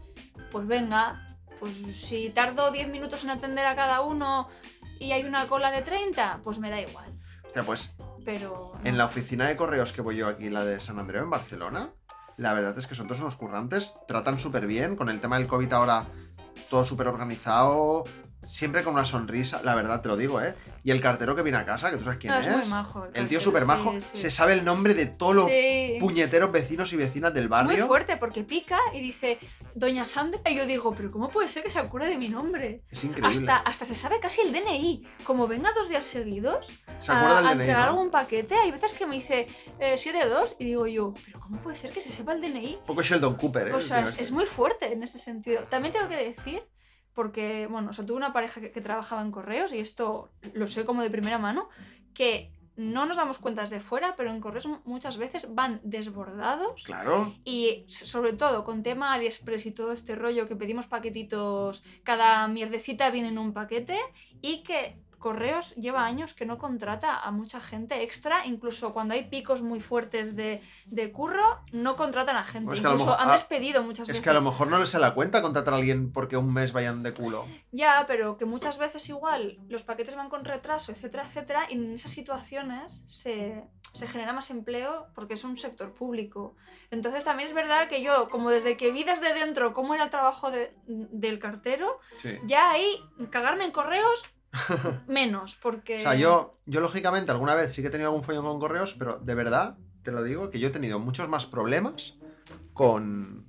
B: pues venga, pues si tardo 10 minutos en atender a cada uno y hay una cola de 30, pues me da igual.
C: Hostia, pues
B: Pero... no
C: en la
B: sé.
C: oficina de correos que voy yo aquí, la de San Andreu en Barcelona, la verdad es que son todos unos currantes, tratan súper bien, con el tema del COVID ahora todo súper organizado, siempre con una sonrisa, la verdad te lo digo, ¿eh? Y el cartero que viene a casa, que tú sabes quién
B: No,
C: es,
B: Ah, es muy majo.
C: el tío
B: cartero,
C: súper majo,
B: sí, sí.
C: se sabe el nombre de todos los
B: Sí.
C: puñeteros vecinos y vecinas del
B: Es muy
C: barrio.
B: fuerte porque pica y dice Doña Sandra y yo digo, pero ¿cómo puede ser que se acuerde de mi nombre?
C: Es increíble.
B: Hasta, hasta se sabe casi el DNI. Como venga dos días seguidos
C: Se acuerda
B: a,
C: del
B: a
C: DNI,
B: entregar
C: ¿no?
B: algún paquete, hay veces que me dice eh, 7-2 y digo yo, pero ¿cómo puede ser que se sepa el DNI?
C: Un poco Sheldon Cooper, ¿eh?
B: Pues, O
C: El
B: sea,
C: tío
B: es,
C: este.
B: es muy fuerte en este sentido. También tengo que decir, porque, bueno, o sea, tuve una pareja que, que trabajaba en correos, y esto lo sé como de primera mano, que no nos damos cuentas de fuera, pero en correos mu- muchas veces van desbordados
C: Claro,
B: y s- sobre todo con tema AliExpress y todo este rollo que pedimos paquetitos, cada mierdecita viene en un paquete y que Correos lleva años que no contrata a mucha gente extra, incluso cuando hay picos muy fuertes de, de curro, no contratan a gente.
C: Pues que a lo
B: incluso
C: mejor-
B: han
C: ah,
B: despedido muchas
C: es
B: veces.
C: que a lo mejor no les se la cuenta contratar a alguien porque un mes vayan de culo.
B: Ya, pero que muchas veces igual los paquetes van con retraso, etcétera, etcétera, y en esas situaciones se, se genera más empleo porque es un sector público. Entonces también es verdad que yo, como desde que vi desde dentro cómo era el trabajo de- del cartero,
C: Sí.
B: ya ahí cagarme en correos menos, porque...
C: O sea, yo, yo lógicamente alguna vez sí que he tenido algún follón con correos, pero de verdad, te lo digo, que yo he tenido muchos más problemas con,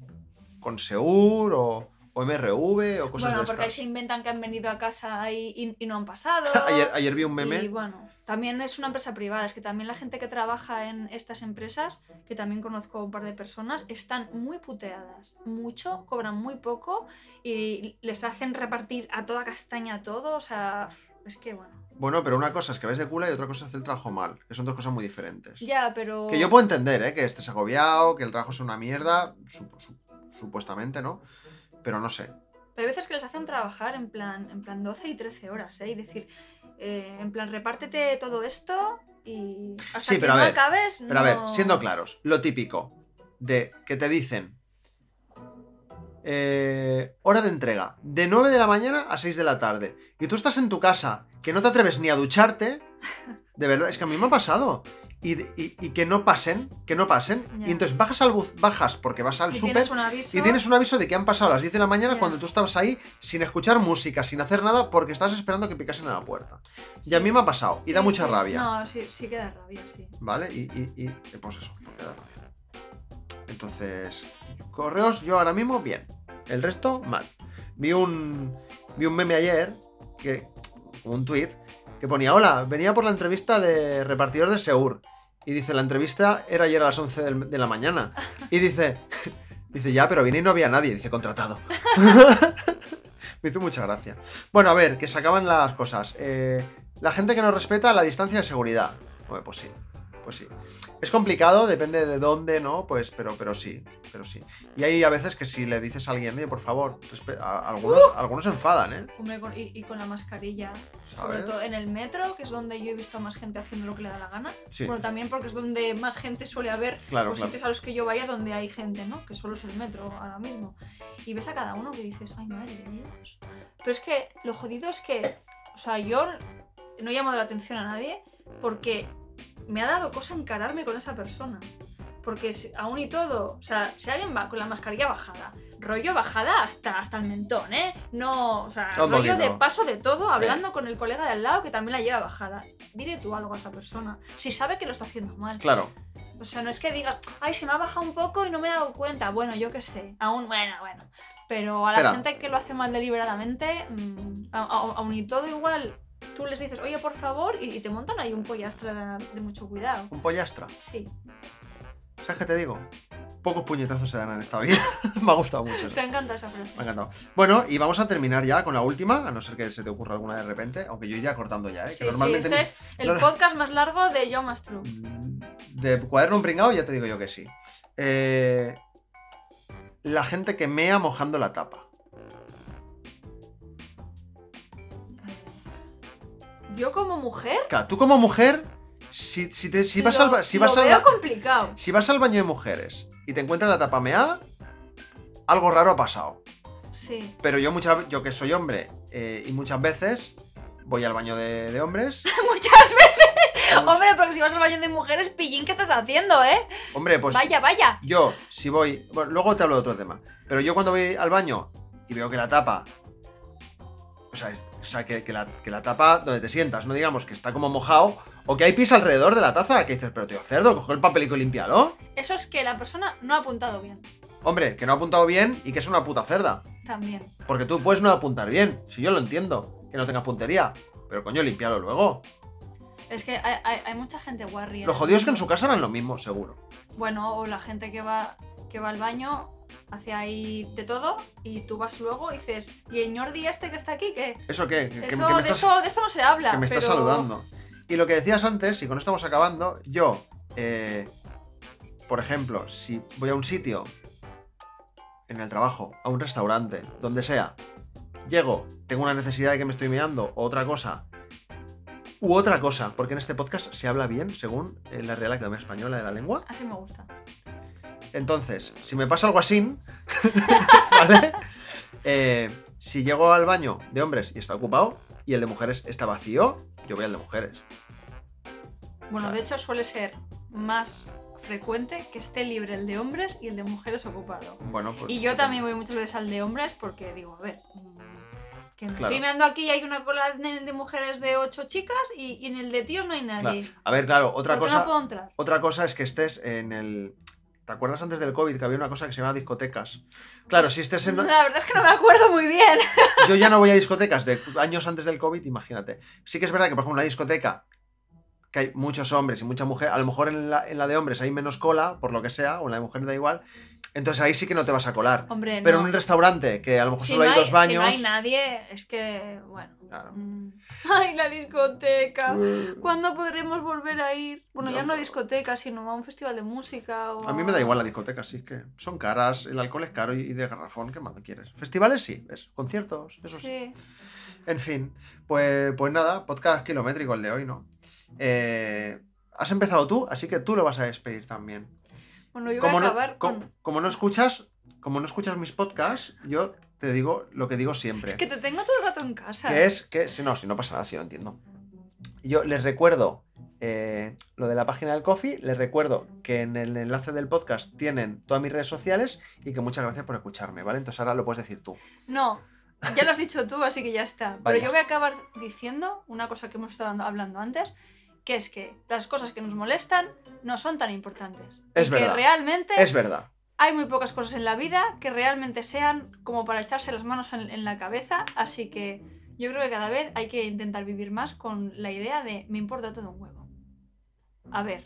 C: con Seur o, o MRV o cosas
B: bueno,
C: de
B: porque ahí
C: estas.
B: se inventan que han venido a casa y, y- y no han pasado.
C: Ayer, ayer vi un
B: Y
C: meme,
B: bueno, también es una empresa privada, es que también la gente que trabaja en estas empresas, que también conozco a un par de personas, están muy puteadas, mucho, cobran muy poco y les hacen repartir a toda castaña todo, o sea, es que bueno.
C: bueno, pero una cosa es que ves de culo y otra cosa es hacer el trabajo mal, que son dos cosas muy diferentes.
B: Ya, pero...
C: Que yo puedo entender, ¿eh? Que estés agobiado, que el trabajo es una mierda, sup- sup- supuestamente, ¿no? Pero no sé.
B: Pero hay veces que les hacen trabajar en plan, en plan 12 y 13 horas, ¿eh? Y decir, eh, en plan, repártete todo esto y... Hasta
C: Sí,
B: que
C: pero a
B: no
C: ver,
B: acabes,
C: Pero a ver,
B: no-
C: siendo claros, lo típico de que te dicen eh, hora de entrega, de 9 de la mañana a 6 de la tarde, y tú estás en tu casa, que no te atreves ni a ducharte, de verdad, es que a mí me ha pasado. Y, de- y- y que no pasen, que no pasen.
B: Ya.
C: Y entonces bajas al bus, bajas porque vas al
B: Y
C: súper
B: tienes un aviso.
C: y tienes un aviso de que han pasado las 10 de la mañana
B: Ya.
C: cuando tú estabas ahí sin escuchar música, sin hacer nada, porque estabas esperando que picasen a la puerta. Y a
B: Sí.
C: mí me ha pasado, y da
B: Sí,
C: mucha
B: sí.
C: rabia.
B: No, sí, sí que da rabia, sí.
C: ¿Vale? Y, y, y pues eso, porque da rabia. Entonces, correos yo ahora mismo bien, el resto mal. Vi un, vi un meme ayer, que, un tweet que ponía, hola, venía por la entrevista de repartidor de Seur. Y dice, la entrevista era ayer a las 11 del- de la mañana. Y dice, dice, ya, pero vine y no había nadie. Dice, contratado. Me hizo mucha gracia. Bueno, a ver, que se acaban las cosas. Eh, la gente que no respeta la distancia de seguridad. Hombre, pues sí, pues sí. Es complicado, depende de dónde, ¿no? Pues, pero, pero sí, pero sí. Y hay a veces que si le dices a alguien, oye, por favor, respe-", a- algunos,
B: ¡Uh!
C: algunos se enfadan, ¿eh?
B: Hombre, con- y, y con la mascarilla. Sobre
C: ¿Sabes?
B: todo en el metro, que es donde yo he visto a más gente haciendo lo que le da la gana.
C: Sí,
B: Bueno, también porque es donde más gente suele haber
C: claro,
B: los
C: claro.
B: sitios a los que yo vaya donde hay gente, ¿no? Que solo es el metro ahora mismo. Y ves a cada uno que dices, ay madre de Dios. Pero es que lo jodido es que, o sea, yo no he llamado la atención a nadie porque me ha dado cosa encararme con esa persona. Porque si- aún y todo, o sea, si alguien va con la mascarilla bajada, rollo bajada hasta, hasta el mentón, ¿eh? No, o sea,
C: Un
B: rollo de
C: poquito.
B: paso de todo, hablando con el colega de al lado que también la lleva bajada. Dile tú algo a esa persona, si sabe que lo está haciendo mal.
C: Claro.
B: O sea, no es que digas, ay, se me ha bajado un poco y no me he dado cuenta. Bueno, yo qué sé. Aún, bueno, bueno. Pero a la
C: Espera.
B: gente que lo hace mal deliberadamente, mm, a- a- aún y todo igual, tú les dices, oye, por favor, y, y te montan ahí un pollastra de, de mucho cuidado.
C: Un pollastra.
B: Sí.
C: ¿Sabes qué te digo? Pocos puñetazos se dan en esta vida. Me ha gustado mucho eso.
B: Te encanta esa frase.
C: Me ha encantado. Bueno, y vamos a terminar ya con la última, a no ser que se te ocurra alguna de repente, aunque yo iría cortando ya, ¿eh? Que
B: Sí, sí,
C: normalmente
B: este es el
C: no-
B: podcast más largo de Yo Más True.
C: mis- de cuaderno un pringao ya te digo yo que sí. eh, la gente que mea mojando la tapa.
B: Yo como mujer
C: Claro, tú como mujer, si, si te- si vas,
B: lo,
C: al, ba- si, vas
B: lo
C: al,
B: veo
C: ba-
B: complicado.
C: si vas al baño de mujeres y te encuentras la tapa meada, algo raro ha pasado.
B: Sí.
C: Pero yo, muchas yo que soy hombre eh, y muchas veces voy al baño de, de hombres.
B: Muchas veces.
C: much-
B: Hombre, porque si vas al baño de mujeres, pillín, ¿qué estás haciendo, eh?
C: hombre, pues
B: vaya, vaya.
C: yo, si voy. Bueno, luego te hablo de otro tema. Pero yo cuando voy al baño y veo que la tapa. O sea, es- o sea, que, que la, que la tapa donde te sientas, no digamos que está como mojado, o que hay pis alrededor de la taza, que dices, pero tío, cerdo, coge el papelico y límpialo.
B: Eso es que la persona no ha apuntado bien.
C: Hombre, que no ha apuntado bien y que es una puta cerda.
B: También.
C: Porque tú puedes no apuntar bien, si yo lo entiendo, que no tengas puntería. Pero coño, limpiarlo luego.
B: Es que hay, hay- hay mucha gente guarri. en
C: Lo
B: el
C: jodido es que en
B: mundo.
C: su casa eran lo mismo, seguro.
B: Bueno, o la gente que va, que va al baño, hace ahí de todo, y tú vas luego y dices, ¿y el ñordi este que está aquí qué?
C: ¿Eso qué? Que, que- que
B: Eso,
C: me
B: de,
C: estás,
B: eso, de esto no se habla.
C: que me estás
B: pero-
C: saludando. Y lo que decías antes, y con esto vamos acabando, yo, eh, por ejemplo, si voy a un sitio, en el trabajo, a un restaurante, donde sea, llego, tengo una necesidad de que me estoy mirando, o otra cosa, u otra cosa, porque en este podcast se habla bien según eh, la Real Academia Española de la Lengua.
B: Así me gusta.
C: Entonces, si me pasa algo así, ¿vale? Eh, si llego al baño de hombres y está ocupado, y el de mujeres está vacío, yo voy al de mujeres.
B: Bueno,
C: Claro.
B: de hecho suele ser más frecuente que esté libre el de hombres y el de mujeres ocupado.
C: Bueno, pues.
B: Y yo también voy muchas veces al de hombres porque digo, a ver, mm, que me
C: Claro.
B: estoy mirando aquí y hay una cola de de mujeres de ocho chicas y, y en el de tíos no hay nadie.
C: A ver, claro, otra
B: ¿Por qué
C: cosa,
B: no puedo entrar?
C: otra cosa es que estés en el. ¿Te acuerdas antes del COVID que había una cosa que se llamaba discotecas? Claro, si estés en.
B: La verdad es que no me acuerdo muy bien.
C: Yo ya no voy a discotecas de años antes del COVID, imagínate. Sí que es verdad que, por ejemplo, en una discoteca que hay muchos hombres y mucha mujer, a lo mejor en la, en la de hombres hay menos cola, por lo que sea, o en la de mujer da igual, entonces ahí sí que no te vas a colar.
B: Hombre, no.
C: Pero en un restaurante que a lo mejor
B: si,
C: solo
B: no
C: hay,
B: hay,
C: dos baños...
B: si no hay nadie, es que, bueno.
C: Claro.
B: mm. Ay, la discoteca.
C: eh,
B: ¿Cuándo podremos volver a ir? Bueno,
C: Yo
B: ya no a
C: no.
B: discoteca, sino a un festival de música. O
C: A mí me da igual la discoteca, sí, es que son caras, el alcohol es caro y y de garrafón, ¿qué más quieres? Festivales sí, ¿ves? conciertos, eso sí.
B: Sí.
C: En fin, pues, pues nada, podcast kilométrico el de hoy, ¿no? Eh, has empezado tú, así que tú lo vas a despedir también.
B: Bueno, yo voy
C: como
B: a
C: no,
B: acabar
C: co-
B: con.
C: como no escuchas, como no escuchas mis podcasts, yo te digo lo que digo siempre.
B: Es que te tengo todo el rato en casa.
C: Que es que, si no, si no pasa nada, si lo entiendo. Yo les recuerdo eh, lo de la página del Coffee, les recuerdo que en el enlace del podcast tienen todas mis redes sociales y que muchas gracias por escucharme, ¿vale? Entonces ahora lo puedes decir tú.
B: No, ya lo has dicho tú, así que ya está. Pero
C: Vaya.
B: yo voy a acabar diciendo una cosa que hemos estado hablando antes, que es que las cosas que nos molestan no son tan importantes.
C: Es
B: Y
C: verdad.
B: Que realmente
C: Es verdad.
B: hay muy pocas cosas en la vida que realmente sean como para echarse las manos en, en la cabeza, así que yo creo que cada vez hay que intentar vivir más con la idea de me importa todo un huevo. A ver,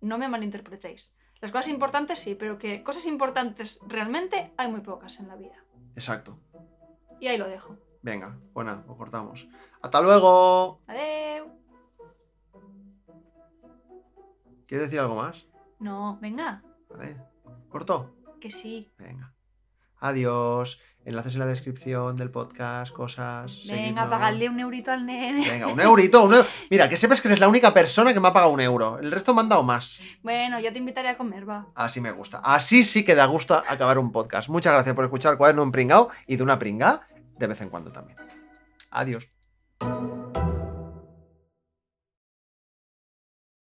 B: no me malinterpretéis. Las cosas importantes sí, pero que cosas importantes realmente hay muy pocas en la vida.
C: Exacto.
B: Y ahí lo dejo.
C: Venga, buena, lo cortamos. ¡Hasta luego!
B: Adeu.
C: ¿Quieres decir algo más?
B: No, venga,
C: ¿Vale? ¿Corto?
B: que sí.
C: Venga. Adiós. Enlaces en la descripción del podcast, cosas.
B: Venga,
C: seguidnos.
B: pagadle un eurito al nene.
C: Venga, un eurito, un euro. Mira, que sepas que eres la única persona que me ha pagado un euro. El resto me han dado más.
B: Bueno, ya te invitaré a comer, va.
C: Así me gusta. Así sí que da gusto acabar un podcast. Muchas gracias por escuchar Cuaderno un pringao y de una pringa de vez en cuando también. Adiós.